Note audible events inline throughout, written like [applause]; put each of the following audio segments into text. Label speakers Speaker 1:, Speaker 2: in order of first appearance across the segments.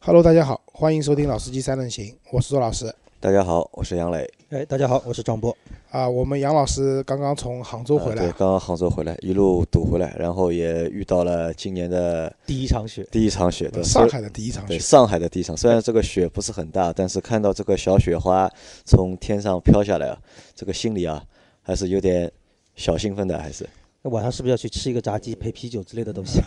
Speaker 1: Hello，大家好，欢迎收听《老司机三人行》，我是周老师。
Speaker 2: 大家好，我是杨磊。
Speaker 3: 哎，大家好，我是张波。
Speaker 1: 啊，我们杨老师刚刚从杭州回
Speaker 2: 啊对，
Speaker 1: 来，
Speaker 2: 刚刚杭州回来，一路堵回来，然后也遇到了今年的
Speaker 3: 第一场雪，
Speaker 2: 第一场雪，对
Speaker 1: 呃上
Speaker 2: 虽
Speaker 1: 海的第一场
Speaker 2: 对
Speaker 1: 雪，
Speaker 2: 上海的第一场。虽然这个雪不是很大，但是看到这个小雪花从天上飘下来啊，这个心里啊还是有点小兴奋的，还是
Speaker 3: 那晚上是不是要去吃一个炸
Speaker 2: 呃
Speaker 3: 鸡配啤酒之类的东西？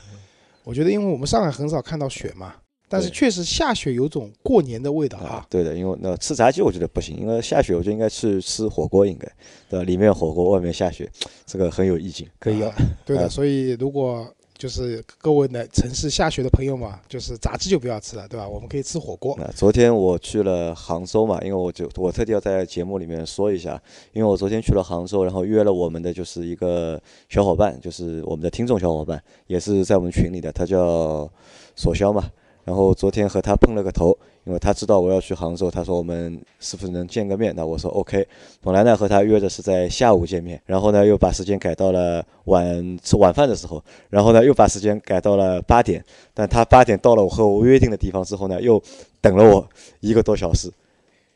Speaker 1: 我觉得因为我们上海很少看到雪嘛，但是
Speaker 2: 对
Speaker 1: 确实下雪有种过年的味道啊。
Speaker 2: 对的，因为那吃炸鸡我觉得不行，因为下雪我就应该去吃火锅，应该对吧？里面火锅，外面下雪，这个很有意境。
Speaker 3: 可以哦
Speaker 1: 啊。对的，
Speaker 2: 啊
Speaker 1: 所以如果就是各位呢城市下雪的朋友嘛，就是炸鸡就不要吃了，对吧？我们可以吃火锅。
Speaker 2: 那昨天我去了杭州嘛，因为我就我特地要在节目里面说一下，因为我昨天去了杭州，然后约了我们的就是一个小伙伴，就是我们的听众小伙伴，也是在我们群里的，他叫索肖嘛。然后昨天和他碰了个头，因为他知道我要去杭州，他说我们是不是能见个面？那我说 OK。本来呢和他约的是在下午见面，然后呢又把时间改到了晚吃晚饭的时候，然后呢又把时间改到了八点。但他八点到了我和我约定的地方之后呢，又等了我一个多小时。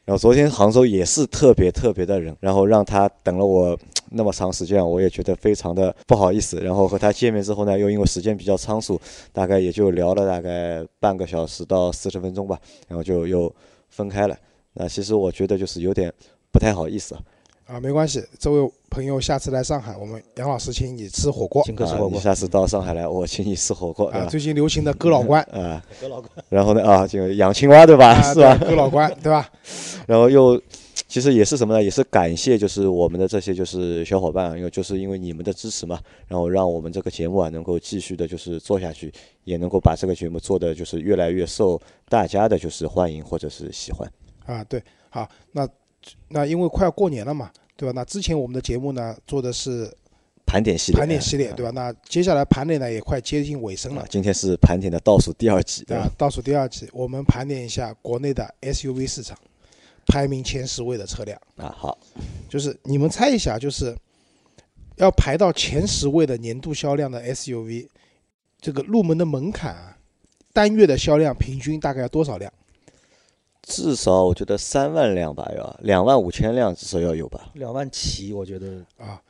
Speaker 2: 然后昨天杭州也是特别特别的冷，然后让他等了我那么长时间，我也觉得非常的不好意思。然后和他见面之后呢，又因为时间比较仓促，大概也就聊了大概半个小时到四十分钟吧，然后就又分开了。那其实我觉得就是有点不太好意思啊，
Speaker 1: 啊，没关系，这位朋友下次来上海，我们杨老师请你吃火锅
Speaker 3: 请客吃
Speaker 2: 啊
Speaker 3: 火
Speaker 2: 你
Speaker 3: 锅，
Speaker 2: 下次到上海来，我请你吃火锅，对
Speaker 1: 啊。
Speaker 2: 吧？
Speaker 1: 最近流
Speaker 2: [laughs]
Speaker 1: 行的哥老关
Speaker 2: 啊，
Speaker 3: 葛老哥，
Speaker 2: 然后呢啊，就养青蛙对吧？
Speaker 1: 啊，
Speaker 2: 是吧？
Speaker 1: 对哥老关，对吧？
Speaker 2: 然后又其实也是什么呢？也是感谢就是我们的这些就是小伙伴啊，因为就是因为你们的支持嘛，然后让我们这个节目啊能够继续的就是做下去，也能够把这个节目做的就是越来越受大家的就是欢迎或者是喜欢。
Speaker 1: 啊，对，好，那那因为快要过年了嘛，对吧？那之前我们的节目呢做的是
Speaker 2: 盘点系列，
Speaker 1: 盘点系列，对吧？那接下来盘点呢也快接近尾声
Speaker 2: 啊
Speaker 1: 了，，
Speaker 2: 今天是盘点的倒数第二集，
Speaker 1: 对啊
Speaker 2: 对
Speaker 1: 吧
Speaker 2: 吧？？
Speaker 1: 倒数第二集，我们盘点一下国内的 SUV 市场，排名前十位的车辆，
Speaker 2: 啊，好，
Speaker 1: 就是你们猜一下，就是要排到前十位的年度销量的 SUV，这个入门的门槛啊，单月的销量平均大概要多少辆？
Speaker 2: 至少我觉得三万辆吧，要两万五千辆至少要有吧。
Speaker 3: 两万起，我觉得
Speaker 1: 啊，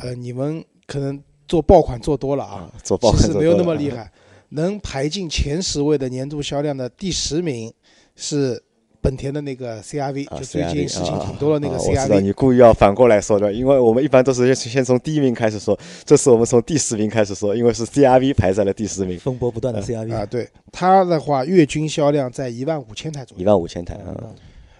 Speaker 1: 呃，你们可能做爆款做多了啊，，
Speaker 2: 做报
Speaker 1: 其实没有那么
Speaker 2: 害。
Speaker 1: 厉害。能排进前十位的年度销量的第十名是本田的那个 CRV，、
Speaker 2: 啊
Speaker 1: 就最
Speaker 2: CRV
Speaker 1: 近事情
Speaker 2: 啊
Speaker 1: 挺多的那
Speaker 2: 啊
Speaker 1: 个
Speaker 2: 我知道
Speaker 1: CRV
Speaker 2: 你故意要反过来说的，因为我们一般都是先先从第一名开始说，这次我们从第十名开始说，因为是 CRV 排在了第十名，
Speaker 3: 风波不断的
Speaker 1: 啊、
Speaker 2: 呃
Speaker 3: CRV，
Speaker 1: 对它的话月均销量在一万五千台左
Speaker 2: 一
Speaker 1: 右。
Speaker 2: 万五千台。嗯
Speaker 3: 嗯，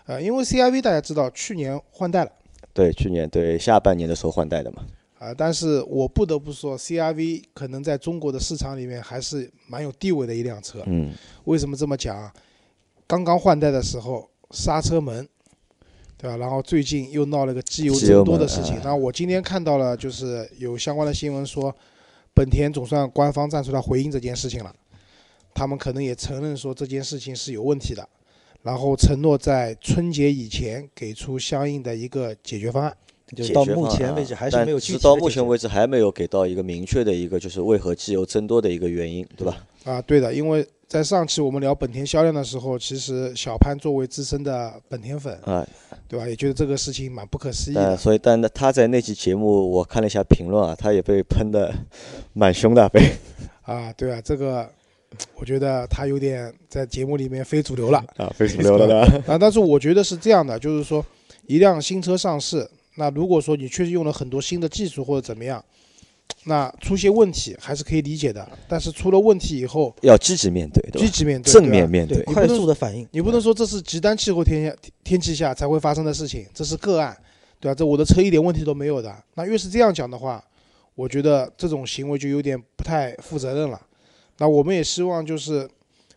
Speaker 1: 呃，因为 CRV 大家知道去年换代了
Speaker 2: 对，去年对下半年的时候换代的嘛，
Speaker 1: 啊、但是我不得不说，CRV 可能在中国的市场里面还是蛮有地位的一辆车。
Speaker 2: 嗯，
Speaker 1: 为什么这么讲啊？刚刚换代的时候刹车门，对吧？然后最近又闹了个机油
Speaker 2: 机
Speaker 1: 增
Speaker 2: 油
Speaker 1: 多
Speaker 2: 门
Speaker 1: 的事情
Speaker 2: 哎。
Speaker 1: 那我今天看到了，就是有相关的新闻说，本田总算官方站出来回应这件事情了，他们可能也承认说这件事情是有问题的，然后承诺在春节以前给出相应的一个解决方案。
Speaker 3: 就是
Speaker 2: 解
Speaker 3: 到
Speaker 2: 决
Speaker 3: 目
Speaker 2: 方案
Speaker 3: 前
Speaker 2: 啊
Speaker 3: 为止还是
Speaker 2: 但
Speaker 3: 没有具
Speaker 2: 直
Speaker 3: 体
Speaker 2: 到
Speaker 3: 的
Speaker 2: 目
Speaker 3: 解
Speaker 2: 前
Speaker 3: 决
Speaker 2: 为止还没有给到一个明确的一个就是为何机油增多的一个原因，对吧？
Speaker 1: 啊，对的，因为在上期我们聊本田销量的时候，其实小潘作为资深的本田粉，
Speaker 2: 啊，
Speaker 1: 对吧，也觉得这个事情蛮不可思议的
Speaker 2: 但。所以但他在那期节目我看了一下评论啊，他也被喷的蛮凶的，被
Speaker 1: 啊，对啊，这个我觉得他有点在节目里面非主流了
Speaker 2: 啊非主流了的，
Speaker 1: 啊。但是我觉得是这样的，就是说一辆新车上市，那如果说你确实用了很多新的技术或者怎么样，那出现问题还是可以理解的。但是出了问题以后，
Speaker 2: 要积极面对，对
Speaker 1: 积
Speaker 2: 吧？
Speaker 1: 极面对，
Speaker 2: 正
Speaker 1: 对吧
Speaker 2: 面面
Speaker 3: 对
Speaker 2: 对，
Speaker 3: 快速的反应，
Speaker 1: 你不能说这是极端气候天下天气下才会发生的事情，这是个案，对吧、这我的车一点问题都没有的。那越是这样讲的话，我觉得这种行为就有点不太负责任了。那我们也希望就是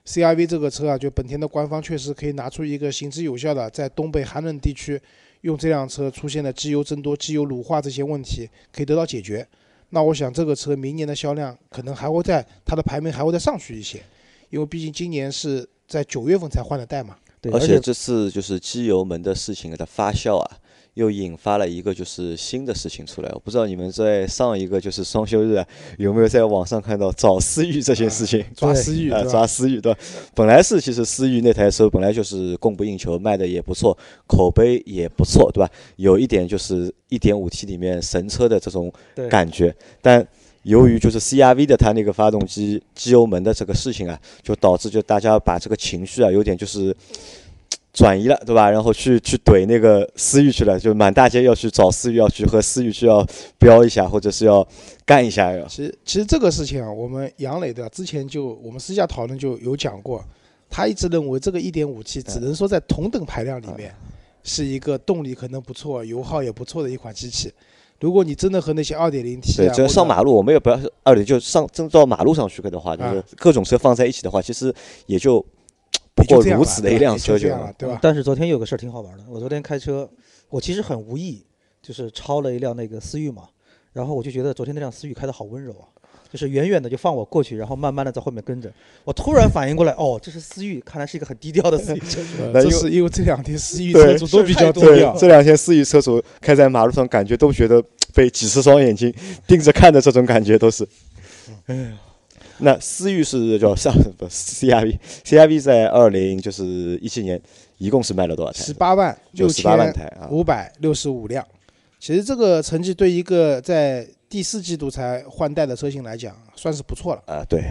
Speaker 1: CRV 这个车啊，就本田的官方确实可以拿出一个行之有效的，在东北寒冷地区用这辆车出现的机油增多、机油乳化这些问题可以得到解决。那我想这个车明年的销量可能还会在它的排名还会再上去一些，因为毕竟今年是在九月份才换的代嘛。
Speaker 3: 对，
Speaker 2: 而
Speaker 3: 而且
Speaker 2: 这次就是机油门的事情的发酵啊，又引发了一个就是新的事情出来。我不知道你们在上一个就是双休日、啊、有没有在网上看到找私域这件事情？
Speaker 1: 抓私域，
Speaker 2: 啊，
Speaker 1: 对吧
Speaker 2: 抓私域对吧？本来是其实私域那台车本来就是供不应求，卖的也不错，口碑也不错，对吧？有一点就是一点五 T 里面神车的这种
Speaker 3: 对
Speaker 2: 感觉，但由于就是 CRV 的它那个发动机机油门的这个事情啊，就导致就大家把这个情绪啊有点就是。转移了，对吧？然后去去怼那个思域去了，就满大街要去找思域，要去和思域去要飙一下，或者是要干一下，要
Speaker 1: 其实其实这个事情啊，我们杨磊的之前就我们私下讨论就有讲过，他一直认为这个 1.5T 只能说在同等排量里
Speaker 2: 嗯
Speaker 1: 面是一个动力可能不错、油耗也不错的一款机器。如果你真的和那些 2.0T
Speaker 2: 对，
Speaker 1: 啊，
Speaker 2: 只要
Speaker 1: 或者
Speaker 2: 上马路，我们也不要二零，就上真到马路上去的话，就是
Speaker 1: 啊
Speaker 2: 各种车放在一起的话，其实也就不
Speaker 1: 也就
Speaker 2: 过
Speaker 1: 这样
Speaker 2: 如
Speaker 1: 了
Speaker 2: 此
Speaker 1: 对
Speaker 2: 的
Speaker 1: 吧
Speaker 2: 一辆
Speaker 1: 也就这
Speaker 2: 车就嗯
Speaker 1: 样了，对吧？
Speaker 3: 但是昨天有个事儿挺好玩的，我昨天开车，我其实很无意，就是超了一辆那个思域嘛，然后我就觉得昨天那辆思域开的好温柔啊，就是远远的就放我过去，然后慢慢的在后面跟着。我突然反应过来，哦，这是思域，看来是一个很低调的
Speaker 2: [laughs]
Speaker 3: 思域车主。
Speaker 1: 呃
Speaker 2: 那
Speaker 1: 这
Speaker 2: 因为
Speaker 1: 是因为这两天思域
Speaker 2: 对
Speaker 1: 车主都比较低
Speaker 2: 对
Speaker 1: 调，
Speaker 2: 这两天思域车主开在马路上，感觉都觉得被几十双眼睛盯着看的这种感觉都是。
Speaker 1: 嗯
Speaker 2: 那思域是叫上不 CRV，CRV 在二零就是一七年一共是卖了多少台？
Speaker 1: 十八万
Speaker 2: 就
Speaker 1: 六
Speaker 2: 十八
Speaker 1: 千
Speaker 2: 万台啊。
Speaker 1: 五百六十五辆。其实这个成绩对一个在第四季度才换代的车型来讲，算是不错了。
Speaker 2: 啊，对，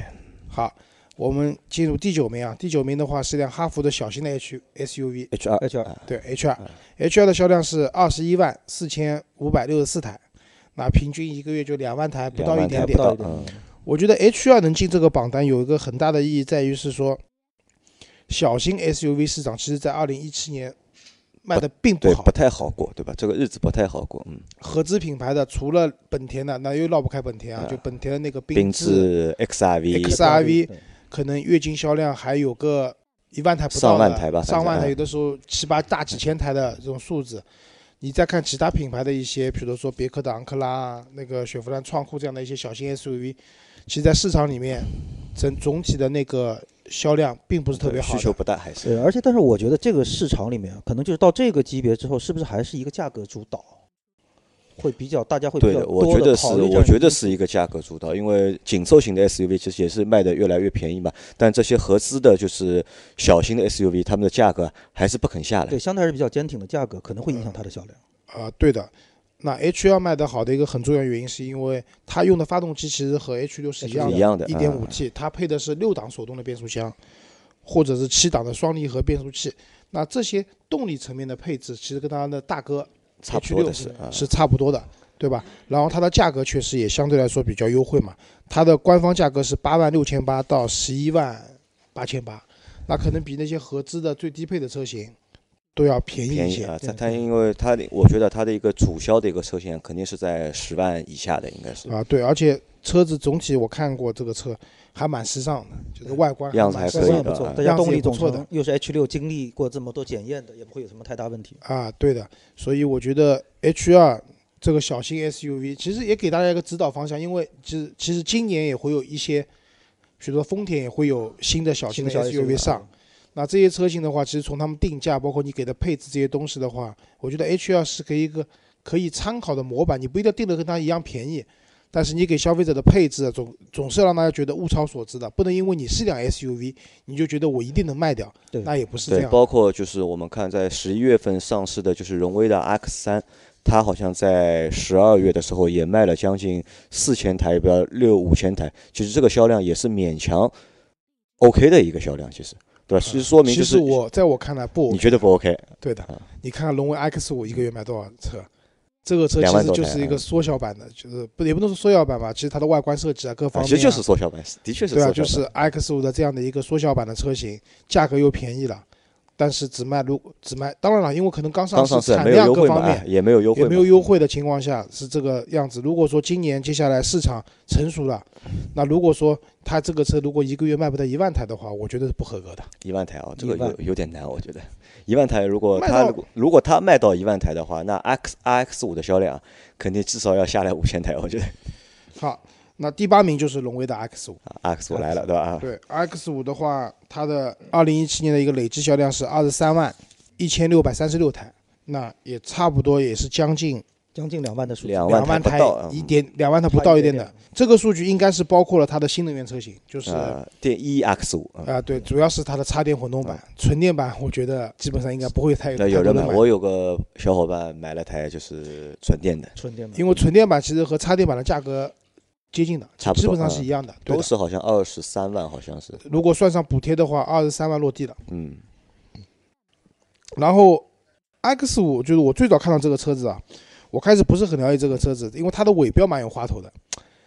Speaker 1: 好，我们进入第九名啊，第九名的话是辆哈弗的小型的 H SUV，
Speaker 2: H 啊二
Speaker 3: H 二
Speaker 1: 对 H
Speaker 2: 嗯
Speaker 1: 二，H 二的销量是二十一万四千五百六十四台，那平均一个月就两万台，不到一点
Speaker 2: 不
Speaker 3: 台
Speaker 1: 点。
Speaker 2: 到
Speaker 3: 不到一点
Speaker 2: 嗯
Speaker 1: 我觉得 H 二能进这个榜单有一个很大的意义在于是说，小型 SUV 市场其实在二零一七年卖的并不
Speaker 2: 对，
Speaker 1: 好
Speaker 2: 不，太好过，对吧？这个日子不太好过，嗯。
Speaker 1: 合资品牌的，除了本田的，那又绕不开本田啊，
Speaker 2: 啊
Speaker 1: 就本田的那个
Speaker 2: 缤
Speaker 1: 智，
Speaker 2: 智
Speaker 1: X-
Speaker 2: XRV 嗯
Speaker 1: XRV 可能月均销量还有个一万台不到的，
Speaker 2: 上万台吧
Speaker 1: 上万
Speaker 2: 反正哎
Speaker 1: 台有的时候七八大几千台的这种数字。你再看其他品牌的一些，比如说别克的昂克拉啊、那个雪佛兰创酷这样的一些小型 SUV，其实在市场里面整总体的那个销量并不是特别好
Speaker 2: 需
Speaker 1: 的，
Speaker 2: 求不大，还是
Speaker 3: 对，而且但是我觉得这个市场里面啊，可能就是到这个级别之后，是不是还是一个价格主导，会比较大家会比
Speaker 2: 对
Speaker 3: 较
Speaker 2: 的。我
Speaker 3: 多
Speaker 2: 觉
Speaker 3: 的
Speaker 2: 得是，
Speaker 3: 考虑这
Speaker 2: 我
Speaker 3: 样
Speaker 2: 觉
Speaker 3: 一个
Speaker 2: 得是一个价格主导，因为紧凑型的 SUV 其实也是卖的越来越便宜嘛，但这些合资的就是小型的 SUV，它们的价格还是不肯下来
Speaker 3: 对，。相对还是比较坚挺的价格，可能会影响它的销量。
Speaker 1: 啊、对的。那 H 2卖得好的一个很重要原因，是因为它用的发动机其实和 H 6是一样
Speaker 2: 一
Speaker 1: 的，
Speaker 2: 样的，
Speaker 1: 一
Speaker 2: 嗯
Speaker 1: 点五 T，它配的是六档手动的变速箱，或者是七档的双离合变速器。那这些动力层面的配置，其实跟它的大哥
Speaker 2: 差不多的
Speaker 1: H6
Speaker 2: 是啊，
Speaker 1: 是差不多的，对吧？然后它的价格确实也相对来说比较优惠嘛，它的官方价格是八万六千八到十一万八千八，那可能比那些合资的最低配的车型都要便宜
Speaker 2: 便
Speaker 1: 一
Speaker 2: 宜
Speaker 1: 些。
Speaker 2: 啊。它
Speaker 3: 对
Speaker 2: 它
Speaker 3: 对
Speaker 2: 因为它的，我觉得它的一个主销的一个车型肯定是在十万以下的，应该是
Speaker 1: 啊，对，而且车子总体我看过这个车还蛮时尚的，就是外观
Speaker 2: 样子
Speaker 1: 蛮
Speaker 2: 还
Speaker 1: 时
Speaker 2: 可以
Speaker 1: 尚
Speaker 3: 也
Speaker 1: 的
Speaker 2: 的
Speaker 3: 不错，
Speaker 2: 啊
Speaker 3: 大家
Speaker 1: 样
Speaker 3: 动
Speaker 1: 子
Speaker 3: 力
Speaker 1: 也不
Speaker 3: 总
Speaker 1: 错的
Speaker 3: 成又是 H 6经历过这么多检验的，也不会有什么太大问题。
Speaker 1: 啊，对的。所以我觉得 H 二这个小型 SUV 其实也给大家一个指导方向，因为其实其实今年也会有一些，比如说丰田也会有新的小型
Speaker 3: 新
Speaker 1: 的
Speaker 3: 的小
Speaker 1: SUV 上。那这些车型的话，其实从他们定价，包括你给的配置这些东西的话，我觉得 H 二是给一个可以参考的模板。你不一定要定的跟它一样便宜，但是你给消费者的配置啊总总是让大家觉得物超所值的，不能因为你是辆 SUV，你就觉得我一定能卖掉，
Speaker 3: 对
Speaker 1: 那也不是这
Speaker 2: 对，
Speaker 1: 样的。
Speaker 2: 包括就是我们看在十一月份上市的，就是荣威的 RX 三，它好像在十二月的时候也卖了将近四千台，不要六五千台，其实这个销量也是勉强 OK 的一个销量，其实对吧？其实说明
Speaker 1: 嗯
Speaker 2: 就
Speaker 1: 其
Speaker 2: 是
Speaker 1: 实我在我看来不
Speaker 2: 你觉得不 OK，
Speaker 1: 对的
Speaker 2: 啊，
Speaker 1: 你看看荣威 X 五一个月卖多少车？这个车
Speaker 2: 2
Speaker 1: 其
Speaker 2: 万
Speaker 1: 实
Speaker 2: 多
Speaker 1: 就
Speaker 2: 台
Speaker 1: 是一
Speaker 2: 啊
Speaker 1: 个缩小版的，就是不也不能说缩小版吧，其实它的外观设计啊各方
Speaker 2: 啊
Speaker 1: 面啊、
Speaker 2: 其实就是缩小版，的确是缩
Speaker 1: 对啊，
Speaker 2: 小版。
Speaker 1: 就是 X 五的这样的一个缩小版的车型，价格又便宜了，但是只卖如只卖，当然了，因为可能刚
Speaker 2: 刚上市
Speaker 1: 市产
Speaker 2: 没有
Speaker 1: 量
Speaker 2: 优
Speaker 1: 各
Speaker 2: 惠嘛，
Speaker 1: 方面
Speaker 2: 啊也没有优惠
Speaker 1: 也
Speaker 2: 嘛，
Speaker 1: 没有优惠的情况下是这个样子。如果说今年接下来市场成熟了，那如果说它这个车如果一个月卖不到一万台的话，我觉得是不合格的。
Speaker 2: 一万台啊，这个
Speaker 3: 一万
Speaker 2: 有有点难，我觉得。一万台，如果
Speaker 1: 卖
Speaker 2: 它
Speaker 1: 到
Speaker 2: 如果如果它卖到一万台的话，那 X R X 五的销量肯定至少要下来五千台，我觉得。
Speaker 1: 好，那第八名就是荣威的 X 五。
Speaker 2: 啊 X 五来了，对吧？啊
Speaker 1: 对，X 五的话，它的二零一七年的一个累计销量是二十三万一千六百三十六台，那也差不多也是将近
Speaker 3: 将近两万的数字，
Speaker 2: 两
Speaker 1: 两万
Speaker 2: 万台
Speaker 1: 台
Speaker 2: 不到啊
Speaker 1: 一点两万台不到一点的，这个数据应该是包括了它的新能源车型，就是哎啊、
Speaker 2: 啊，电 EX 五，嗯
Speaker 1: 对，主要是它的插电混动版，纯电版我觉得基本上应该不会太有
Speaker 2: 啊那
Speaker 1: 太
Speaker 2: 有
Speaker 1: 多
Speaker 2: 人
Speaker 1: 人
Speaker 2: 买，我有个小伙伴买了台就是纯电的，
Speaker 3: 纯电版，
Speaker 1: 因为纯电版其实和插电版的价格接近的，
Speaker 2: 差不多
Speaker 1: 基本上是一样的，对
Speaker 2: 都
Speaker 1: 的。
Speaker 2: 是好像二十三万，好像是，
Speaker 1: 如果算上补贴的话，二十三万落地了。
Speaker 2: 嗯，
Speaker 1: 然后 X 五就是我最早看到这个车子啊，我开始不是很了解这个车子，因为它的尾标蛮有花头的，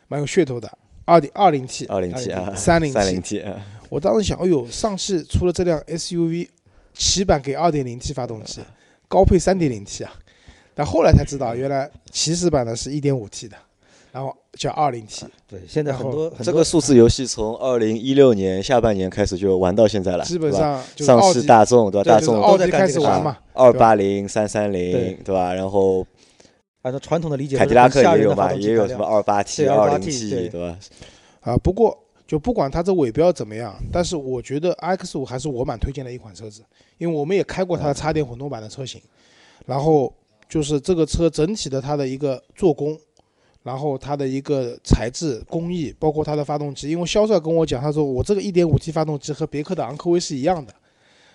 Speaker 1: 蛮有噱头的，二点二零 T。
Speaker 2: 二零 T 啊，
Speaker 1: 三零 T
Speaker 2: 三零 T 啊，
Speaker 1: 我当时想，哎呦，上汽出了这辆 SUV，起版给二点零 T 发动机，高配三点零 T 啊。但后来才知道，原来起始版的是一点五 T 的，然后叫二零 T，
Speaker 3: 对，现在
Speaker 1: 然
Speaker 3: 很
Speaker 1: 后
Speaker 3: 多很
Speaker 2: 这
Speaker 3: 多
Speaker 2: 个数字游戏从二零一六年下半年开始就玩到现在了，
Speaker 1: 基本
Speaker 2: 是吧
Speaker 1: 上就是
Speaker 2: 上
Speaker 1: 奥
Speaker 2: 市
Speaker 1: 迪，
Speaker 2: 大众对吧？
Speaker 3: 对
Speaker 2: 大
Speaker 3: 就是
Speaker 2: 众
Speaker 3: 奥
Speaker 1: 奥
Speaker 3: 都在
Speaker 1: 迪
Speaker 3: 干
Speaker 1: 开
Speaker 3: 这
Speaker 1: 始
Speaker 3: 个事
Speaker 1: 玩
Speaker 3: 儿
Speaker 1: 嘛，
Speaker 2: 二
Speaker 1: 对吧
Speaker 2: 八零、三三零，对吧？然后
Speaker 3: 按照传统的理解，
Speaker 2: 凯迪拉克也有
Speaker 3: 吧，
Speaker 2: 嘛，也有什么二八 T、
Speaker 3: 对
Speaker 2: 二零
Speaker 3: T，
Speaker 2: T，
Speaker 3: 对
Speaker 2: 对吧？
Speaker 1: 啊，不过就不管它这尾标怎么样，但是我觉得 X 五还是我蛮推荐的一款车子，因为我们也开过它的插电混动版的车型，然后就是这个车整体的它的一个做工，然后它的一个材质工艺，包括它的发动机，因为销售跟我讲，他说我这个 1.5T 发动机和别克的昂科威是一样的。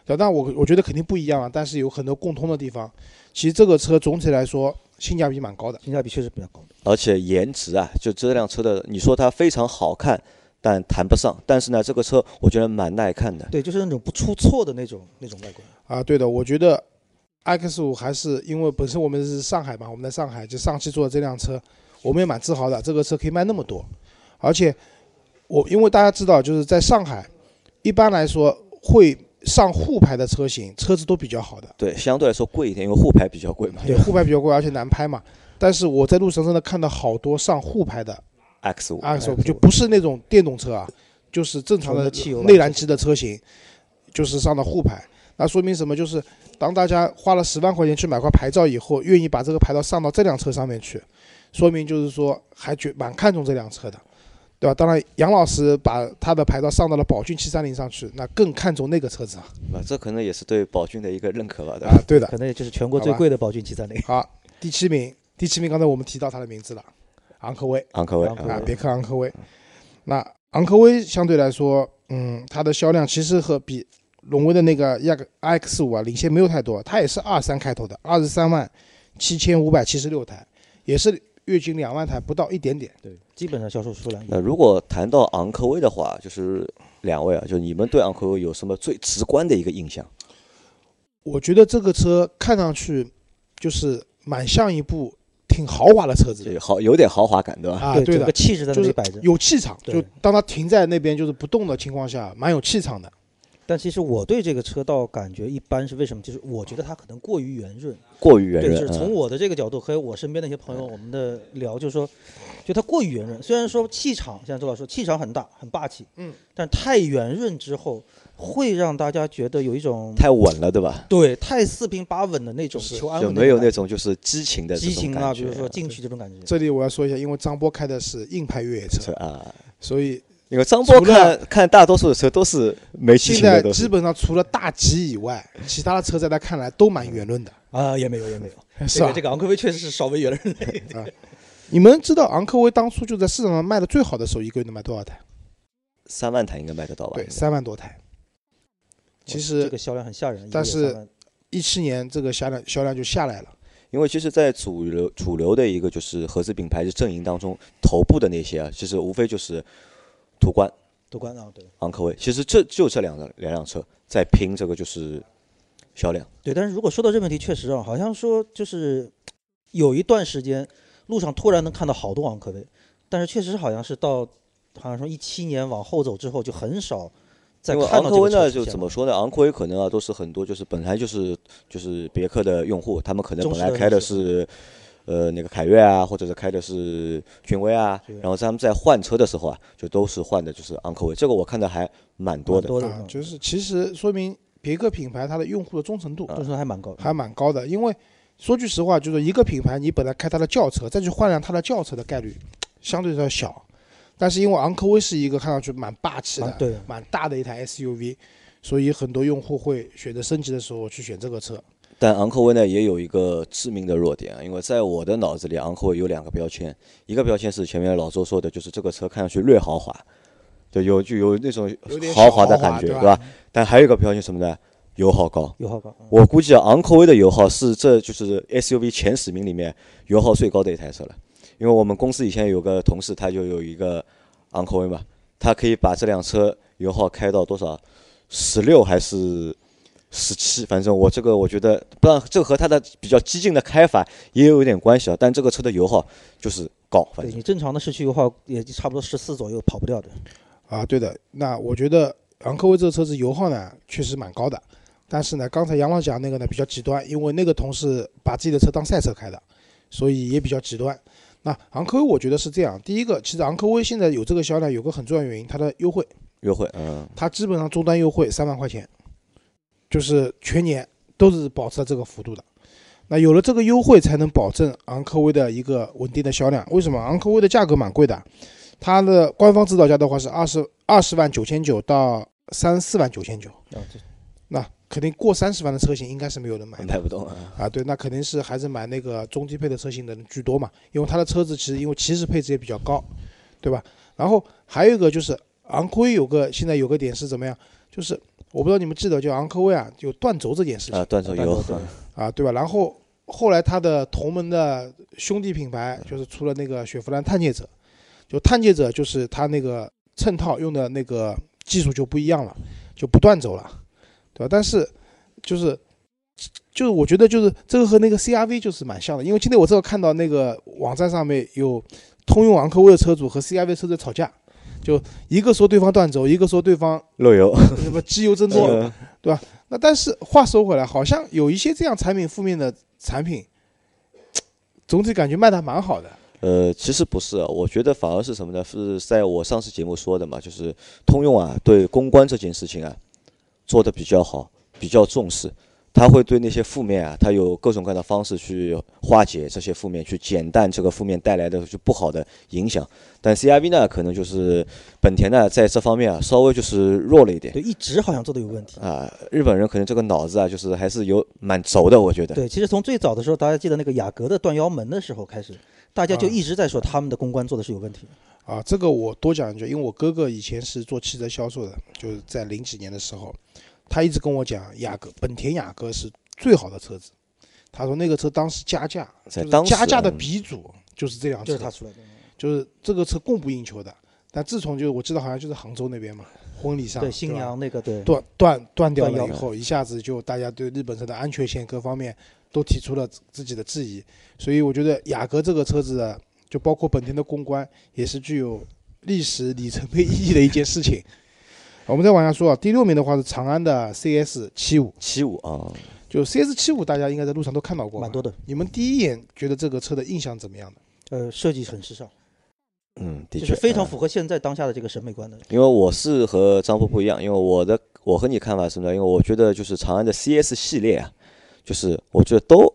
Speaker 1: 对，但我我觉得肯定不一样啊，但是有很多共通的地方。其实这个车总体来说性价比蛮高的。
Speaker 3: 性价比确实比较高。
Speaker 2: 而且颜值啊，就这辆车的，你说它非常好看，但谈不上。但是呢，这个车我觉得蛮耐看的。
Speaker 3: 对，就是那种不出错的那种那种外观。
Speaker 1: 啊，对的，我觉得 X 五还是因为本身我们是上海嘛，我们在上海就上汽做的这辆车，我们也蛮自豪的，这个车可以卖那么多，而且我因为大家知道，就是在上海，一般来说会上沪牌的车型，车子都比较好的，
Speaker 2: 对，相对来说贵一点，因为沪牌比较贵嘛。
Speaker 1: 对，沪牌比较贵，而且难拍嘛。但是我在路上真的看到好多上沪牌的
Speaker 2: X 五，
Speaker 1: X 五，
Speaker 3: 5
Speaker 1: 啊就不是那种电动车啊，就是正常
Speaker 3: 哎纯
Speaker 1: 的
Speaker 3: 的汽油
Speaker 1: 内
Speaker 3: 版
Speaker 1: 燃
Speaker 3: 车
Speaker 1: 机的车型，就是上的沪牌。那说明什么？就是当大家花了十万块钱去买块牌照以后，愿意把这个牌照上到这辆车上面去，说明就是说还觉蛮看重这辆车的，对吧？当然，杨老师把他的牌照上到了宝骏七三零上去，那更看重那个车子啊。
Speaker 2: 那这可能也是对宝骏的一个认可吧，对
Speaker 1: 啊，
Speaker 2: 吧？
Speaker 1: 对的。
Speaker 3: 可能也就是全国
Speaker 1: 好
Speaker 3: 最
Speaker 1: 吧
Speaker 3: 贵的宝骏七三零。
Speaker 1: 好，第七名，第七名，刚才我们提到他的名字了，昂科威。
Speaker 2: 昂科威
Speaker 3: 昂科威
Speaker 1: 啊
Speaker 2: 啊，，
Speaker 1: 别克昂科威。那昂科威相对来说，嗯，它的销量其实和比荣威的那个亚 X 五啊领先没有太多，它也是二三开头的，二十三万七千五百七十六台，也是月均两万台不到一点点。
Speaker 3: 对，基本上销售数量
Speaker 2: 那如果谈到昂科威的话，就是两位啊，就你们对昂科威有什么最直观的一个印象？
Speaker 1: 我觉得这个车看上去就是蛮像一部挺豪华的车子
Speaker 3: 嗯
Speaker 2: 就
Speaker 1: 的
Speaker 2: 豪有点豪华感，对吧？
Speaker 1: 啊，
Speaker 3: 对，
Speaker 1: 对
Speaker 3: 整
Speaker 1: 的
Speaker 3: 个，气质在那
Speaker 1: 就
Speaker 3: 里
Speaker 1: 是
Speaker 3: 摆着。
Speaker 1: 有气场，
Speaker 3: 对
Speaker 1: 就当它停在那边就是不动的情况下，蛮有气场的。
Speaker 3: 但其实我对这个车倒感觉一般，是为什么？就是我觉得它可能过于圆润。
Speaker 2: 过于圆
Speaker 3: 对，
Speaker 2: 润
Speaker 3: 就是，从
Speaker 2: 嗯
Speaker 3: 我的这个角度和我身边的一些朋友，我们的聊就是说，就它过于圆润。虽然说气场，像周老师说气场很大，很霸气，
Speaker 1: 嗯，
Speaker 3: 但太圆润之后，会让大家觉得有一种
Speaker 2: 太稳了，对吧？
Speaker 3: 对太四平八稳的那种
Speaker 1: 是
Speaker 3: 求安
Speaker 2: 就
Speaker 3: 稳的
Speaker 2: 没有那
Speaker 3: 感
Speaker 2: 种就是激情的
Speaker 3: 觉
Speaker 2: 这
Speaker 3: 激
Speaker 2: 种
Speaker 3: 情啊，
Speaker 2: 感
Speaker 3: 比
Speaker 2: 觉
Speaker 3: 如说进取这种感觉。
Speaker 1: 这里我要说一下，因为张波开的是硬派越野车，
Speaker 2: 车啊，
Speaker 1: 所以
Speaker 2: 因为张波
Speaker 1: 除了
Speaker 2: 看看大多数的车都是没激
Speaker 1: 现
Speaker 2: 情的，
Speaker 1: 在
Speaker 2: 都
Speaker 1: 基
Speaker 2: 是
Speaker 1: 本上除了大 G 以外，其他的车在他看来都蛮圆润的，
Speaker 3: 啊，也没有，也没有。
Speaker 1: [laughs] 是
Speaker 3: 这
Speaker 1: 吧
Speaker 3: 个这？个昂科威确实是稍微圆润了一点。
Speaker 1: 你们知道昂科威当初就在市场上卖的最好的时候，一个月能卖多少台？
Speaker 2: 三万台应该卖得到吧？
Speaker 1: 对，
Speaker 2: 应该
Speaker 1: 三万多台。 [laughs] 其
Speaker 3: 这
Speaker 1: 实
Speaker 3: 个销量很吓人，
Speaker 1: 但
Speaker 3: 一个
Speaker 1: 是
Speaker 3: 月三万
Speaker 1: 一七年这个销量销量就下来了，
Speaker 2: 因为其实，在主流主流的一个就是合资品牌的阵营当中，头部的那些啊，其实无非就是途观、
Speaker 3: 多关啊，对
Speaker 2: 昂科威，其实这就这两辆两辆车在拼这个就是销量。
Speaker 3: 对。但是如果说到这个问题，确实啊，好像说就是有一段时间路上突然能看到好多昂科威，但是确实好像是到好像说一七年往后走之后就很少再
Speaker 2: 因为
Speaker 3: 看
Speaker 2: 昂
Speaker 3: 到
Speaker 2: 科
Speaker 3: 这个
Speaker 2: 威呢，
Speaker 3: 车出
Speaker 2: 就
Speaker 3: 现
Speaker 2: 怎
Speaker 3: 了
Speaker 2: 么说呢？昂科威可能啊，都是很多就是本来就是就是别克的用户，他们可能
Speaker 3: 忠
Speaker 2: 本
Speaker 3: 实
Speaker 2: 来
Speaker 3: 的
Speaker 2: 开的
Speaker 3: 用户嗯
Speaker 2: 是呃那个凯越啊，或者是开的是君威啊
Speaker 3: 君，威
Speaker 2: 然后他们在换车的时候啊，就都是换的就是昂科威，这个我看的还蛮多
Speaker 3: 蛮
Speaker 2: 的。
Speaker 3: 多的
Speaker 1: 啊
Speaker 3: 嗯，
Speaker 1: 就是其实说明别克品牌它的用户的忠诚
Speaker 2: 啊
Speaker 1: 度
Speaker 3: 忠诚度还蛮高的，
Speaker 1: 还蛮高的，因为说句实话，就是一个品牌你本来开它的轿车，再去换辆它的轿车的概率相对来说小，但是因为昂科威是一个看上去蛮霸气的
Speaker 3: 蛮，对的
Speaker 1: 蛮大的一台 SUV，所以很多用户会选择升级的时候去选这个车。
Speaker 2: 但昂科威呢也有一个致命的弱点啊，因为在我的脑子里，昂科威有两个标签，一个标签是前面老周说的，就是这个车看上去略豪华，就有就有那种
Speaker 1: 有点小
Speaker 2: 豪华的
Speaker 1: 豪华
Speaker 2: 感觉，
Speaker 1: 对吧
Speaker 2: 对吧？但还有一个标签什么呢？油耗高。
Speaker 3: 油耗高。嗯
Speaker 2: 我估计啊，昂科威的油耗是这就是 SUV 前十名里面油耗最高的一台车了。因为我们公司以前有个同事，他就有一个昂科威嘛，他可以把这辆车油耗开到多少？十六还是十七？反正我这个我觉得，不知道这个和他的比较激进的开法也有一点关系啊。但这个车的油耗就是高，反
Speaker 3: 对
Speaker 2: 正
Speaker 3: 你正常的市区油耗也就差不多十四左右，跑不掉的。
Speaker 1: 啊，对的。那我觉得昂科威这个车子油耗呢确实蛮高的，但是呢，刚才杨老讲那个呢比较极端，因为那个同事把自己的车当赛车开的，所以也比较极端。那昂科威我觉得是这样，第一个，其实昂科威现在有这个销量，有个很重要原因，它的优惠，
Speaker 2: 约会，嗯，
Speaker 1: 它基本上终端优惠三万块钱，就是全年都是保持在这个幅度的。那有了这个优惠，才能保证昂科威的一个稳定的销量。为什么昂科威的价格蛮贵的？它的官方指导价的话是二十二十万九千九到三四万九千九，
Speaker 3: 啊，这
Speaker 1: 那肯定过三十万的车型应该是没有人买的
Speaker 2: 买不动啊。
Speaker 1: 啊。对，那肯定是还是买那个中低配的车型的人居多嘛，因为它的车子其实因为其实配置也比较高，对吧？然后还有一个就是昂科威有个现在有个点是怎么样？就是我不知道你们记得，就昂科威啊有断轴这件事情
Speaker 2: 啊，断轴油，
Speaker 3: 对
Speaker 1: 啊，对吧？然后后来它的同门的兄弟品牌就是出了那个雪佛兰探界者，就探界者就是它那个衬套用的那个技术就不一样了，就不断走了，对吧？但是就是就是我觉得就是这个和那个 CRV 就是蛮像的，因为今天我正好看到那个网站上面有通用昂科威的车主和 CRV 车主吵架。就一个说对方断轴，一个说对方 [laughs]
Speaker 2: 漏油，
Speaker 1: 什么机油增多，
Speaker 2: 嗯
Speaker 1: 那但是话说回来，好像有一些这样产品负面的产品，总体感觉卖的还蛮好的。
Speaker 2: 呃，其实不是啊，我觉得反而是什么呢？是在我上次节目说的嘛，就是通用啊，对公关这件事情啊，做的比较好，比较重视。他会对那些负面啊，他有各种各样的方式去化解这些负面，去减淡这个负面带来的就不好的影响。但 CRV 呢，可能就是本田呢，在这方面啊，稍微就是弱了一点 [laughs]
Speaker 3: 对，一直好像做的有问题。
Speaker 2: 啊。日本人可能这个脑子啊，就是还是有蛮轴的，我觉得。
Speaker 3: 对，其实从最早的时候，大家记得那个雅阁的断腰门的时候开始，大家就
Speaker 1: 啊
Speaker 3: 一直在说他们的公关做的是有问题的。
Speaker 1: 啊，这个我多讲一句，因为我哥哥以前是做汽车销售的，就是在零几年的时候，他一直跟我讲，雅阁本田雅阁是最好的车子。他说那个车当时加价，
Speaker 2: 在
Speaker 1: 就是
Speaker 2: 当时
Speaker 1: 加价的
Speaker 2: 嗯
Speaker 1: 鼻祖就是这辆
Speaker 3: 哎就
Speaker 1: 车
Speaker 3: 是，他出来的。
Speaker 1: 就是这个车供不应求的。但自从就是我记得好像就是杭州那边嘛，婚礼上
Speaker 3: 对，新
Speaker 1: 吧
Speaker 3: 娘那个对，
Speaker 1: 断断断掉
Speaker 3: 断
Speaker 1: 了以
Speaker 3: 腰
Speaker 1: 后，一下子就大家对日本车的安全性各方面都提出了自自己的质疑，所以我觉得雅阁这个车子的，就包括本田的公关，也是具有历史里程碑意义的一件事情。我们再往下说啊，第六名的话是长安的 CS 七五，
Speaker 2: 七五啊，
Speaker 1: 就 CS 七五大家应该在路上都看到过吧
Speaker 3: 蛮多的。
Speaker 1: 你们第一眼觉得这个车的印象怎么样的？
Speaker 3: 呃，设计很时尚，
Speaker 2: 嗯，的
Speaker 3: 就
Speaker 2: 确
Speaker 3: 是非常
Speaker 2: 嗯
Speaker 3: 符合现在当下的这个审美观的。
Speaker 2: 因为我是和张波不一样，因为我的我和你看法是什么呢？因为我觉得就是长安的 CS 系列啊，就是我觉得都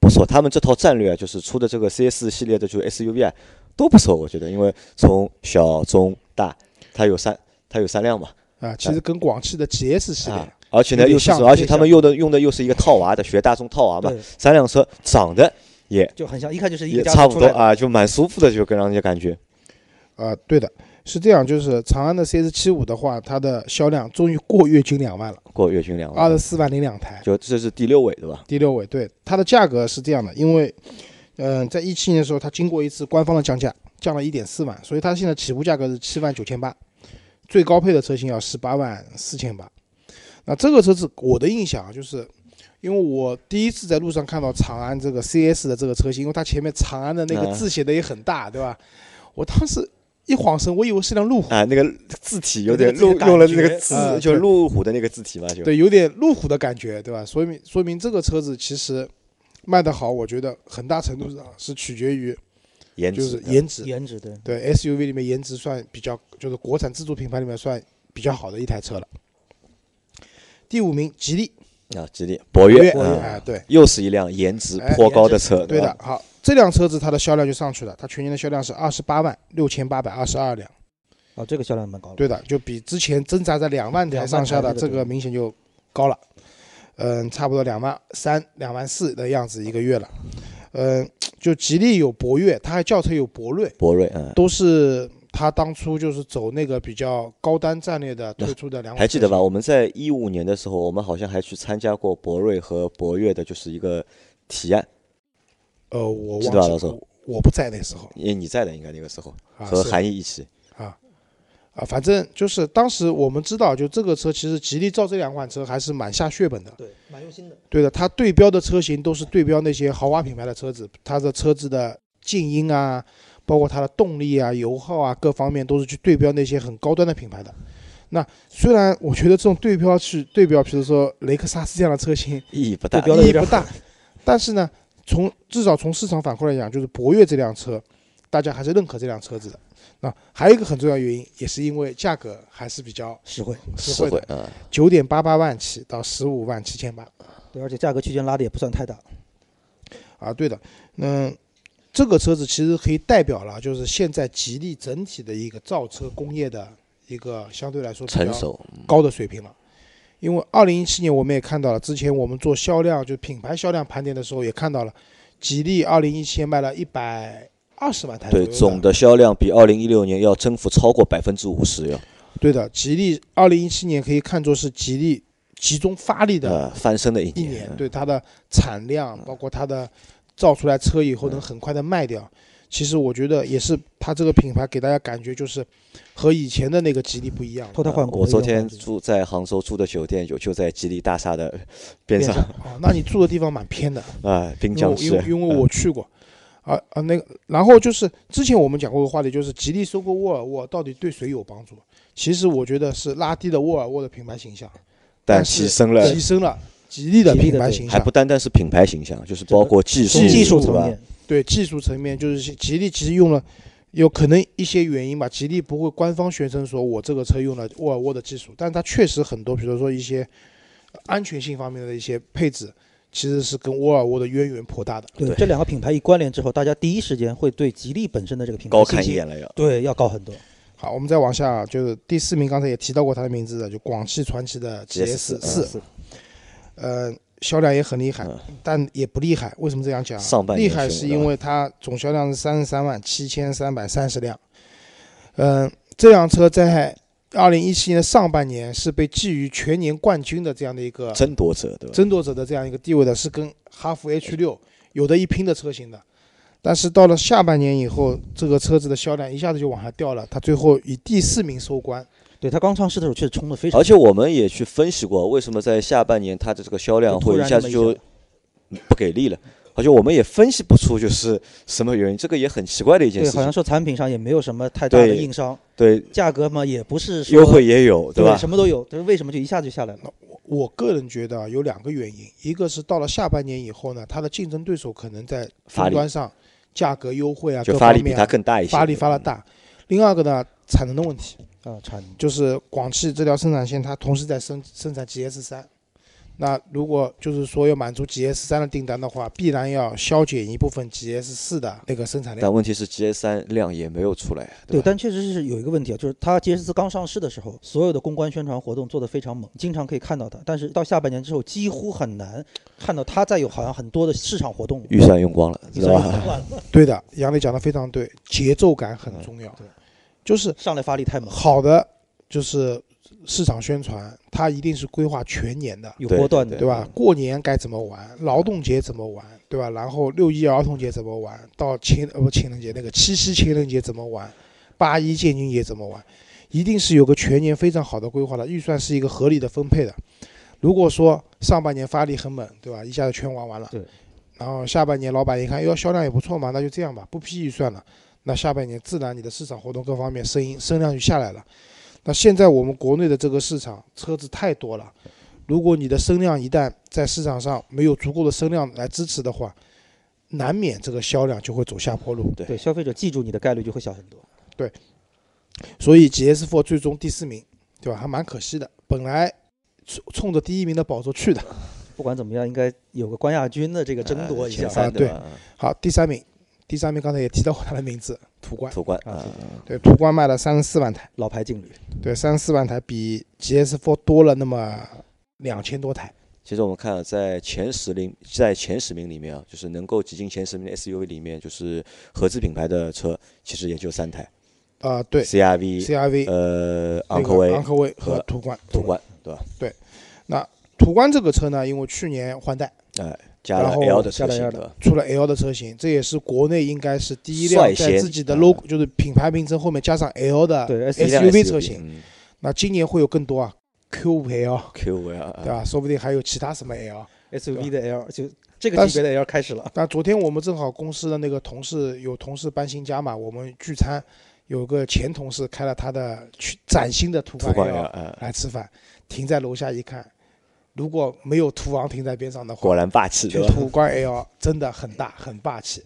Speaker 2: 不错，他们这套战略啊，就是出的这个 CS 系列的就是 SUV 啊，都不错，我觉得，因为从小中大，它有三它有三辆嘛，
Speaker 1: 啊，其实跟广汽的 GS 系列
Speaker 2: 啊，而且呢
Speaker 1: 有点
Speaker 2: 又是
Speaker 1: 像
Speaker 2: 而且
Speaker 1: 有点
Speaker 2: 他们用的用的又是一个套娃的，学大众套娃嘛，
Speaker 3: 对，
Speaker 2: 三辆车长得也
Speaker 3: 就很像，一看就是一
Speaker 2: 也
Speaker 3: 个家
Speaker 2: 差不
Speaker 3: 族出
Speaker 2: 多
Speaker 3: 来的。
Speaker 2: 啊，就蛮舒服的，就跟让人家感觉，
Speaker 1: 啊，对的，是这样，就是长安的 CS 七五的话，它的销量终于过月均两万了，
Speaker 2: 过月均两
Speaker 3: 啊
Speaker 2: 万，
Speaker 1: 二十四万零两台。
Speaker 2: 就这是第六位对吧？
Speaker 1: 第六位，对它的价格是这样的，因为，嗯、在一七年的时候，它经过一次官方的降价，降了一点四万，所以它现在起步价格是七万九千八，最高配的车型要十八万四千八。那这个车子我的印象啊，就是因为我第一次在路上看到长安这个 CS 的这个车型，因为它前面长安的那个
Speaker 2: 嗯
Speaker 1: 字写的也很大，对吧？我当时一晃神，我以为是辆路虎，
Speaker 2: 啊，那个字体有
Speaker 3: 有那
Speaker 2: 点
Speaker 3: 个
Speaker 2: 路
Speaker 3: 字感
Speaker 2: 用了那个
Speaker 3: 觉
Speaker 2: 字，
Speaker 1: 啊
Speaker 2: 就
Speaker 1: 对
Speaker 2: 路虎的那个字体嘛，就
Speaker 1: 对，有点路虎的感觉，对吧？说明说明这个车子其实卖得好，我觉得很大程度上是取决于
Speaker 2: 颜值
Speaker 1: 就是
Speaker 2: 嗯
Speaker 1: 颜值，
Speaker 3: 颜值对，
Speaker 1: 对 SUV 里面颜值算比较，就是国产自主品牌里面算比较好的一台车了。第五名，吉利
Speaker 2: 啊，吉利博越
Speaker 1: 越
Speaker 2: 啊，
Speaker 1: 哎，对，
Speaker 2: 又是一辆颜值
Speaker 1: 哎
Speaker 2: 颇高的
Speaker 3: 颜值
Speaker 2: 车，啊
Speaker 1: 对的
Speaker 2: 吧，，
Speaker 1: 好，这辆车子它的销量就上去了，它全年的销量是二十八万六千八百二十二辆，
Speaker 3: 啊，这个销量蛮高的。
Speaker 1: 对的，就比之前挣扎在两万台上下的这个明显就高了。嗯，差不多两万三、两万四的样子一个月了。嗯，就吉利有博越，它还轿车有博瑞，
Speaker 2: 博瑞，嗯，
Speaker 1: 都是它当初就是走那个比较高端战略的推出的两款。
Speaker 2: 还记得吧？？我们在一五年的时候，我们好像还去参加过博瑞和博越的，就是一个提案，
Speaker 1: 呃，我
Speaker 2: 知道
Speaker 1: 忘
Speaker 2: 了
Speaker 1: 记
Speaker 2: 是
Speaker 1: 了，我不在那时候
Speaker 2: 因为你在的，应该那个时候
Speaker 1: 啊，
Speaker 2: 和
Speaker 1: 是
Speaker 2: 韩毅一起，
Speaker 1: 啊啊，反正就是当时我们知道，就这个车其实吉利造这两款车还是蛮下血本的。
Speaker 3: 对，蛮用心的。
Speaker 1: 对的，它对标的车型都是对标那些豪华品牌的车子，它的车子的静音啊，包括它的动力啊、油耗啊各方面都是去对标那些很高端的品牌的。那虽然我觉得这种对标去对标，比如说雷克萨斯这样的车型
Speaker 2: 意义不大
Speaker 3: 对标的
Speaker 1: 意义
Speaker 3: 有点
Speaker 1: 不大，但是呢，从至少从市场反馈来讲，就是博越这辆车，大家还是认可这辆车子的。那还有一个很重要的原因，也是因为价格还是比较
Speaker 3: 实惠，
Speaker 1: 实
Speaker 2: 实
Speaker 1: 惠
Speaker 2: 惠
Speaker 1: 的，
Speaker 2: 啊。嗯
Speaker 1: 九点八八万起到十五万七千八。
Speaker 3: 对，而且价格区间拉的也不算太大。
Speaker 1: 啊，对的，嗯，这个车子其实可以代表了，就是现在吉利整体的一个造车工业的一个相对来说比较
Speaker 2: 成熟，
Speaker 1: 高的水平了。因为二零一七年我们也看到了，之前我们做销量就品牌销量盘点的时候也看到了，吉利二零一七年卖了一百二十万台左
Speaker 2: 对
Speaker 1: 右
Speaker 2: 总的销量比二零一六年要增幅超过百分之五十，要
Speaker 1: 对的，吉利二零一七年可以看作是吉利集中发力的
Speaker 2: 呃翻身的一
Speaker 1: 一年
Speaker 2: 嗯
Speaker 1: 对它的产
Speaker 3: 嗯
Speaker 1: 量，包括它的造出来车以后能很快的卖掉。其实我觉得也是它这个品牌给大家感觉就是和以前的那个吉利不一样了。
Speaker 3: 脱胎换骨
Speaker 2: 啊我
Speaker 3: 的一
Speaker 2: 昨
Speaker 3: 种感觉。
Speaker 2: 天住在杭州住的酒店，有就在吉利大厦的边上
Speaker 3: 边
Speaker 1: 哦，那你住的地方蛮偏的，
Speaker 2: 啊，滨
Speaker 1: 因为
Speaker 2: 江
Speaker 1: 我因
Speaker 2: 市
Speaker 1: 为。因为我去过。啊啊，那个，然后就是之前我们讲过的话题，就是吉利收购沃尔沃到底对谁有帮助？其实我觉得是拉低了沃尔沃的品牌形象，
Speaker 2: 但
Speaker 1: 但是
Speaker 2: 提升了，
Speaker 1: 提升了吉利的
Speaker 3: 吉利
Speaker 1: 品
Speaker 3: 的
Speaker 1: 牌
Speaker 3: 对
Speaker 1: 形
Speaker 2: 还
Speaker 1: 象
Speaker 2: 不。单单是品牌形象，就是
Speaker 3: 整
Speaker 2: 包
Speaker 3: 个
Speaker 2: 括技术
Speaker 3: 从技术
Speaker 2: 是
Speaker 3: 层
Speaker 2: 吧？
Speaker 3: 面，
Speaker 1: 对技术层面，就是吉利其实用了，有可能一些原因吧。吉利不会官方宣称说我这个车用了沃尔沃的技术，但它确实很多，比如说一些呃安全性方面的一些配置，其实是跟沃尔沃的渊源颇大的。
Speaker 3: 对
Speaker 2: 对
Speaker 3: 这两个品牌一关联之后，大家第一时间会对吉利本身的这个品牌
Speaker 2: 高
Speaker 3: 信
Speaker 2: 看一
Speaker 3: 心，
Speaker 2: 眼了要。
Speaker 3: 对，要高很多。
Speaker 1: 好，我们再往下，就是第四名，刚才也提到过它的名字的，就广汽传祺的 GS 四，呃，销量也很厉害，
Speaker 2: 嗯
Speaker 1: 但也不厉害。为什么这样讲啊？
Speaker 2: 上半年
Speaker 1: 厉害是因为它总销量是三十三万七千三百三十辆。嗯、这辆车在二零一七年的上半年是被寄予全年冠军的这样的一个
Speaker 2: 争夺者，对吧？
Speaker 1: 争夺者的啊这样一个地位的，是跟哈弗 H 六有的一拼的车型的。但是到了下半年以后，这个车子的销量一下子就往下掉了，它最后以第四名收官。
Speaker 3: 对它刚上市的时候确实冲的非常，
Speaker 2: 而且我们也去分析过，为什么在下半年它的这个销量
Speaker 3: 突
Speaker 2: 会
Speaker 3: 然
Speaker 2: 一下
Speaker 3: 那
Speaker 2: 子
Speaker 3: 么
Speaker 2: 就
Speaker 3: 下
Speaker 2: 不给力了，而且我们也分析不出就是什么原因，这个也很奇怪的一件
Speaker 3: 对，
Speaker 2: 事
Speaker 3: 好像
Speaker 2: 情。
Speaker 3: 说产品上也没有什么太大的
Speaker 2: 对
Speaker 3: 硬伤，
Speaker 2: 对，
Speaker 3: 价格嘛也不是说
Speaker 2: 优惠也有，
Speaker 3: 对
Speaker 2: 吧？
Speaker 3: 什么都有，就是为什么就一下就下来了？
Speaker 1: 我个人觉得啊有两个原因，一个是到了下半年以后呢，它的竞争对手可能在
Speaker 2: 发
Speaker 1: 终
Speaker 2: 力
Speaker 1: 端上价格优惠啊，
Speaker 2: 就
Speaker 1: 各
Speaker 2: 发
Speaker 1: 方
Speaker 2: 力比
Speaker 1: 面
Speaker 2: 它
Speaker 1: 啊
Speaker 2: 更大一些，嗯
Speaker 1: 发力发的大。另二个呢，产能的问题，
Speaker 3: 啊，产
Speaker 1: 就是广汽这条生产线它同时在生生产 GS 三，那如果就是说要满足 GS 三的订单的话，必然要削减一部分 GS 四的那个生产量。
Speaker 2: 但问题是 GS 三量也没有出来，啊
Speaker 3: 对，
Speaker 2: 吧？
Speaker 3: 但确实是有一个问题啊，就是它 GS 四刚上市的时候，所有的公关宣传活动做得非常猛，经常可以看到它，但是到下半年之后，几乎很难看到它再有好像很多的市场活动了。
Speaker 2: 预算用光了，
Speaker 3: 预
Speaker 2: 知道
Speaker 3: 算用
Speaker 2: 吧？
Speaker 3: 完了，
Speaker 1: [laughs] 对的，杨磊讲的非常对，节奏感很重要
Speaker 3: 对，
Speaker 1: 就是
Speaker 3: 上来发力太猛，
Speaker 1: 好的就是市场宣传，它一定是规划全年的。
Speaker 3: 有
Speaker 2: 对
Speaker 3: 波
Speaker 2: 对
Speaker 3: 段的，
Speaker 1: 对吧？过年该怎么玩，劳动节怎么玩，对吧？然后六一儿童节怎么玩，到情呃不情人节那个七夕情人节怎么玩，八一建军节怎么玩，一定是有个全年非常好的规划的，预算是一个合理的分配的。如果说上半年发力很猛，对吧？一下子全玩完了，
Speaker 3: 对
Speaker 1: 然后下半年老板一看，哟，销量也不错嘛，那就这样吧，不批预算了。那下半年自然你的市场活动各方面声音声量就下来了。那现在我们国内的这个市场车子太多了，如果你的声量一旦在市场上没有足够的声量来支持的话，难免这个销量就会走下坡路。
Speaker 3: 对消费者记住你的概率就会小很多。
Speaker 1: 所以 GS4 最终第四名，对吧？还蛮可惜的，本来冲冲着第一名的宝座去的。
Speaker 3: 不管怎么样，应该有个冠亚军的这个争夺一下
Speaker 2: 前。三
Speaker 1: 啊
Speaker 2: 对吧？
Speaker 1: 好，第三名，第三名刚才也提到过他的名字，途观。
Speaker 2: 途观
Speaker 3: 啊
Speaker 2: 啊，
Speaker 1: 对，途观卖了三十四万台，
Speaker 3: 老牌劲旅，
Speaker 1: 对，三十四万台比 GS4 多了那么两千多台。
Speaker 2: 其实我们看啊在前十名，在前十名里面啊，就是能够挤进前十名的 SUV 里面，就是合资品牌的车其实也就三台，
Speaker 1: 啊，对
Speaker 2: CRV、
Speaker 1: ，CRV
Speaker 2: 呃
Speaker 1: 那
Speaker 2: 昂
Speaker 1: 个
Speaker 2: 科威
Speaker 1: 昂、科威
Speaker 2: 和
Speaker 1: 和途观。
Speaker 2: 途观，对吧？
Speaker 1: 途观这个车呢，因为去年换代
Speaker 2: 加了
Speaker 1: 然后
Speaker 2: L 的车
Speaker 3: 加了
Speaker 2: 型
Speaker 3: L 的
Speaker 2: 的，
Speaker 1: 出了 L 的车型，这也是国内应该是第一辆
Speaker 2: 率先
Speaker 1: 在自己的
Speaker 2: 啊
Speaker 1: logo 就是品牌名称后面加上 L 的。
Speaker 3: 对 S
Speaker 2: 一辆
Speaker 1: SUV 车型
Speaker 2: 嗯
Speaker 1: 那今年会有更多啊，Q 五 L，
Speaker 2: ，QV 啊，
Speaker 1: 对吧？说不定还有其他什么 L。
Speaker 3: SUV 的 L 就这个
Speaker 1: 但
Speaker 3: 级别的 L 开始了。
Speaker 1: 那昨天我们正好公司的那个同事有同事搬新家嘛，我们聚餐，有个前同事开了他的去崭新的途
Speaker 2: 途观
Speaker 1: 观
Speaker 2: L，
Speaker 1: L
Speaker 2: 嗯，
Speaker 1: 来吃饭，停在楼下一看，如果没有途昂停在边上的话
Speaker 2: 果，然霸气，
Speaker 1: 就
Speaker 2: 对吧？
Speaker 1: 途观 L 真的很大很霸气，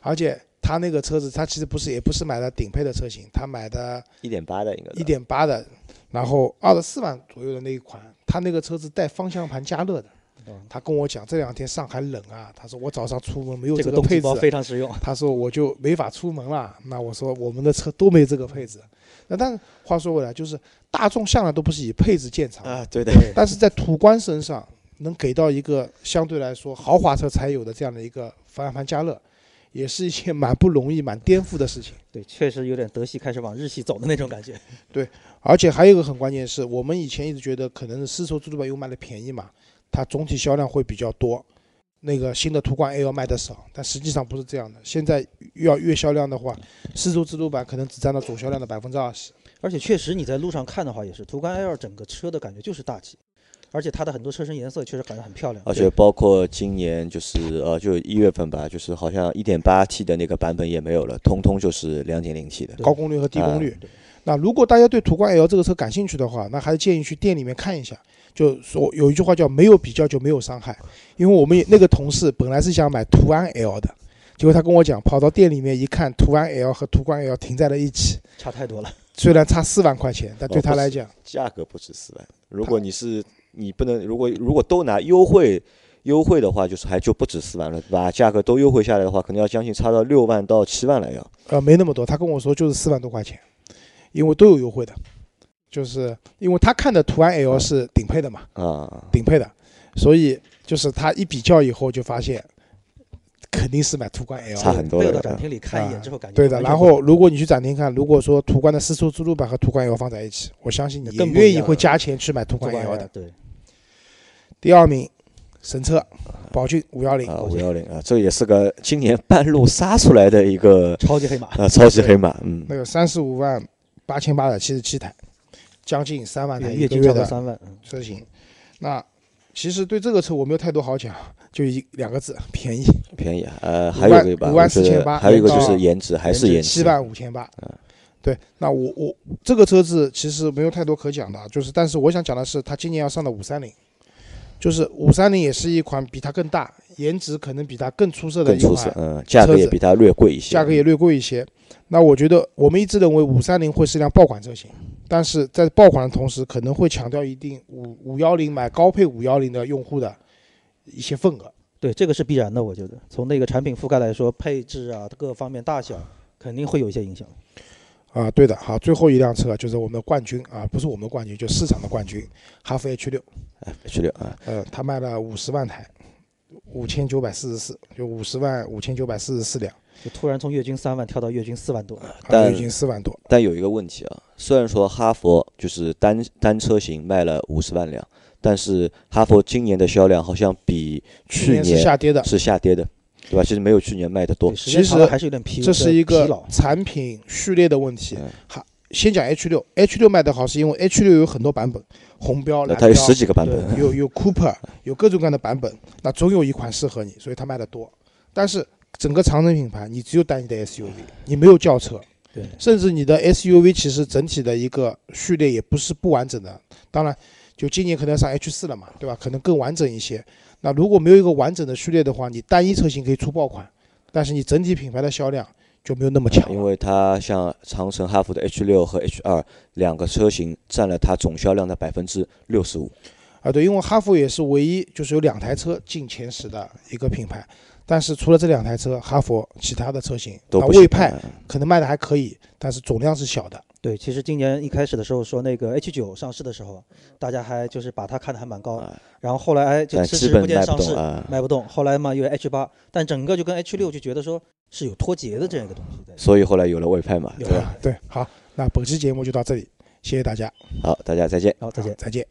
Speaker 1: 而且他那个车子，他其实不是也不是买的顶配的车型，他买的
Speaker 2: 一点八的应该是
Speaker 1: 一点八的，然后二十四万左右的那一款，他那个车子带方向盘加热的。
Speaker 3: 嗯
Speaker 1: 他跟我讲这两天上海冷啊，他说我早上出门没有
Speaker 3: 这
Speaker 1: 这个
Speaker 3: 个东
Speaker 1: 配
Speaker 3: 西
Speaker 1: 置
Speaker 3: 包，非常实用。
Speaker 1: 他说我就没法出门了。那我说我们的车都没这个配置。那但话说回来，就是大众向来都不是以配置见长，
Speaker 2: 啊，对的，
Speaker 1: 但是在途观身上能给到一个相对来说豪华车才有的这样的一个方向盘加热，也是一件蛮不容易、蛮颠覆的事情。
Speaker 3: 对，确实有点德系开始往日系走的那种感觉。
Speaker 1: 而且还有一个很关键是，我们以前一直觉得可能是丝绸之路版又卖的便宜嘛，它总体销量会比较多，那个新的途观 L 卖的少，但实际上不是这样的。现在要月销量的话，丝绸之路版可能只占到总销量的百分之二十。
Speaker 3: 而且确实你在路上看的话，也是途观 L 整个车的感觉就是大气，而且它的很多车身颜色确实感觉很漂亮。
Speaker 2: 而且包括今年就是呃，就一月份吧，就是好像一点八 T 的那个版本也没有了，通通就是两点零 T 的。
Speaker 3: 对哎
Speaker 1: 高功率和低功率
Speaker 3: 对。
Speaker 1: 那如果大家对途观 L 这个车感兴趣的话，那还是建议去店里面看一下。就所有一句话叫“没有比较就没有伤害”，因为我们也那个同事本来是想买途安 L 的，结果他跟我讲，跑到店里面一看，途安 L 和途观 L 停在了一起，
Speaker 3: 差太多了。
Speaker 1: 虽然差四万块钱，但
Speaker 3: 哦
Speaker 1: 对他来讲，
Speaker 2: 价格不止四万，如果你是你不能，如果如果都拿优惠优惠的话，就是还就不止四万了，把价格都优惠下来的话，可能要将近差到六万到七万来要。
Speaker 1: 呃，没那么多。他跟我说就是四万多块钱，因为都有优惠的，就是因为他看的途安 L 是顶配的嘛，
Speaker 2: 啊，
Speaker 1: 顶配的，所以就是他一比较以后就发现，肯定是买途观 L 的
Speaker 2: [laughs] 差很多
Speaker 3: 飞
Speaker 2: 了嗯
Speaker 3: 到。展厅里看一眼之后，感觉
Speaker 1: 啊对的，
Speaker 3: 完全
Speaker 1: 然
Speaker 3: 不一样
Speaker 1: 后如果你去展厅看，如果说途观的丝绸之路版和途观 L 放在一起，我相信你也
Speaker 3: 更不一
Speaker 1: 愿意
Speaker 3: 样
Speaker 1: 会
Speaker 3: 了
Speaker 1: 加钱去买途
Speaker 3: 途
Speaker 1: 观
Speaker 3: 观
Speaker 1: L 的
Speaker 3: L。对，
Speaker 1: 第二名，神车，宝骏五幺零，
Speaker 2: 啊，五幺零啊，这也是个今年半路杀出来的一个
Speaker 3: 超级
Speaker 1: [laughs]
Speaker 3: 黑马。
Speaker 2: 呃超级黑马，嗯，
Speaker 1: 那个三十五万八千八百七十七台，将近三万台一
Speaker 3: 月
Speaker 1: 个
Speaker 3: 均
Speaker 1: 月
Speaker 3: 超过
Speaker 1: 的
Speaker 3: 三万，嗯
Speaker 1: 车型。那其实对这个车我没有太多好讲，就一两个字，便宜，
Speaker 2: 便宜啊。呃，
Speaker 1: 五
Speaker 2: 还有
Speaker 1: 万
Speaker 2: 一个吧，
Speaker 1: 五
Speaker 2: 我
Speaker 1: 万
Speaker 2: 觉
Speaker 1: 四千
Speaker 2: 得
Speaker 1: 八
Speaker 2: 还有一个就
Speaker 1: 到
Speaker 2: 是颜值，还是嗯
Speaker 3: 值
Speaker 2: 颜值
Speaker 1: 七。万五千八。对，那我我这个车子其实没有太多可讲的啊，就是但是我想讲的是，它今年要上的五三零，就是五三零也是一款比它更大、颜值可能比它更出色的
Speaker 2: 更
Speaker 1: 一
Speaker 2: 出色
Speaker 1: 款，，
Speaker 2: 嗯，价格
Speaker 1: 车
Speaker 2: 也
Speaker 1: 子
Speaker 2: 比它略贵一些，
Speaker 1: 价格也略贵一些。那我觉得我们一直认为五三零会是一辆爆款车型，但是在爆款的同时，可能会强调一定五五幺零买高配五幺零的用户的一些份额。
Speaker 3: 对，这个是必然的，我觉得从那个产品覆盖来说，配置啊各方面大小肯定会有一些影响。
Speaker 1: 啊，对的，好，最后一辆车就是我们的冠军啊，不是我们的冠军，就市场的冠军，哈弗 H 六，
Speaker 2: H 六啊，
Speaker 1: 呃，它卖了五十万台，五千九百四十四，就五十万五千九百四十四辆，
Speaker 3: 就突然从月均三万跳到月均四万多，
Speaker 1: 啊，
Speaker 2: 但
Speaker 1: 已经四万多，
Speaker 2: 但有一个问题啊，虽然说哈佛就是单单车型卖了五十万辆，但是哈佛今年的销量好像比去
Speaker 1: 今年是下跌的，
Speaker 2: 是下跌的，对吧？其实没有去年卖的多
Speaker 3: 对，。时间
Speaker 1: 其
Speaker 3: 长了
Speaker 1: 实
Speaker 3: 还是有点疲，
Speaker 1: 这是一
Speaker 3: 疲
Speaker 1: 个
Speaker 3: 劳。
Speaker 1: 产品序列的问题
Speaker 2: 嗯。
Speaker 1: 好，先讲 H 六，H 六卖得好是因为 H 六有很多版本，红标、
Speaker 2: 那
Speaker 1: 蓝标
Speaker 2: 它有，十几个版本，
Speaker 1: 有有 Cooper，有各种各样的版本，那总有一款适合你，所以它卖得多。但是整个长城品牌，你只有单一的 SUV，你没有轿车，
Speaker 3: 对，
Speaker 1: 甚至你的 SUV 其实整体的一个序列也不是不完整的。当然，就今年可能要上 H 四了嘛，对吧？可能更完整一些。那如果没有一个完整的序列的话，你单一车型可以出爆款，但是你整体品牌的销量就没有那么强了。
Speaker 2: 因为它像长城哈弗的 H 六和 H 二两个车型占了它总销量的百分之六十五。
Speaker 1: 啊，对，因为哈弗也是唯一就是有两台车进前十的一个品牌，但是除了这两台车，哈弗其他的车型，
Speaker 2: 都
Speaker 1: 那
Speaker 2: 不
Speaker 1: 啊魏
Speaker 2: 行
Speaker 1: 派
Speaker 2: 嗯
Speaker 1: 可能卖的还可以，但是总量是小的。
Speaker 3: 对，其实今年一开始的时候说那个 H 九上市的时候，大家还就是把它看得还蛮高，
Speaker 2: 啊，
Speaker 3: 然后后来哎就
Speaker 2: 但
Speaker 3: 迟
Speaker 2: 基
Speaker 3: 迟不
Speaker 2: 本
Speaker 3: 见
Speaker 2: 卖不
Speaker 3: 上市
Speaker 2: 动，啊。
Speaker 3: 卖不动。后来嘛又 H 八，但整个就跟 H 六就觉得说是有脱节的这样一个东西在。
Speaker 2: 所以后来有了魏派嘛，
Speaker 3: 有
Speaker 2: 对吧？
Speaker 1: 啊对，好，那本期节目就到这里，谢谢大家，啊
Speaker 2: 好，大家再见。
Speaker 3: 好，再见
Speaker 1: 好。再见。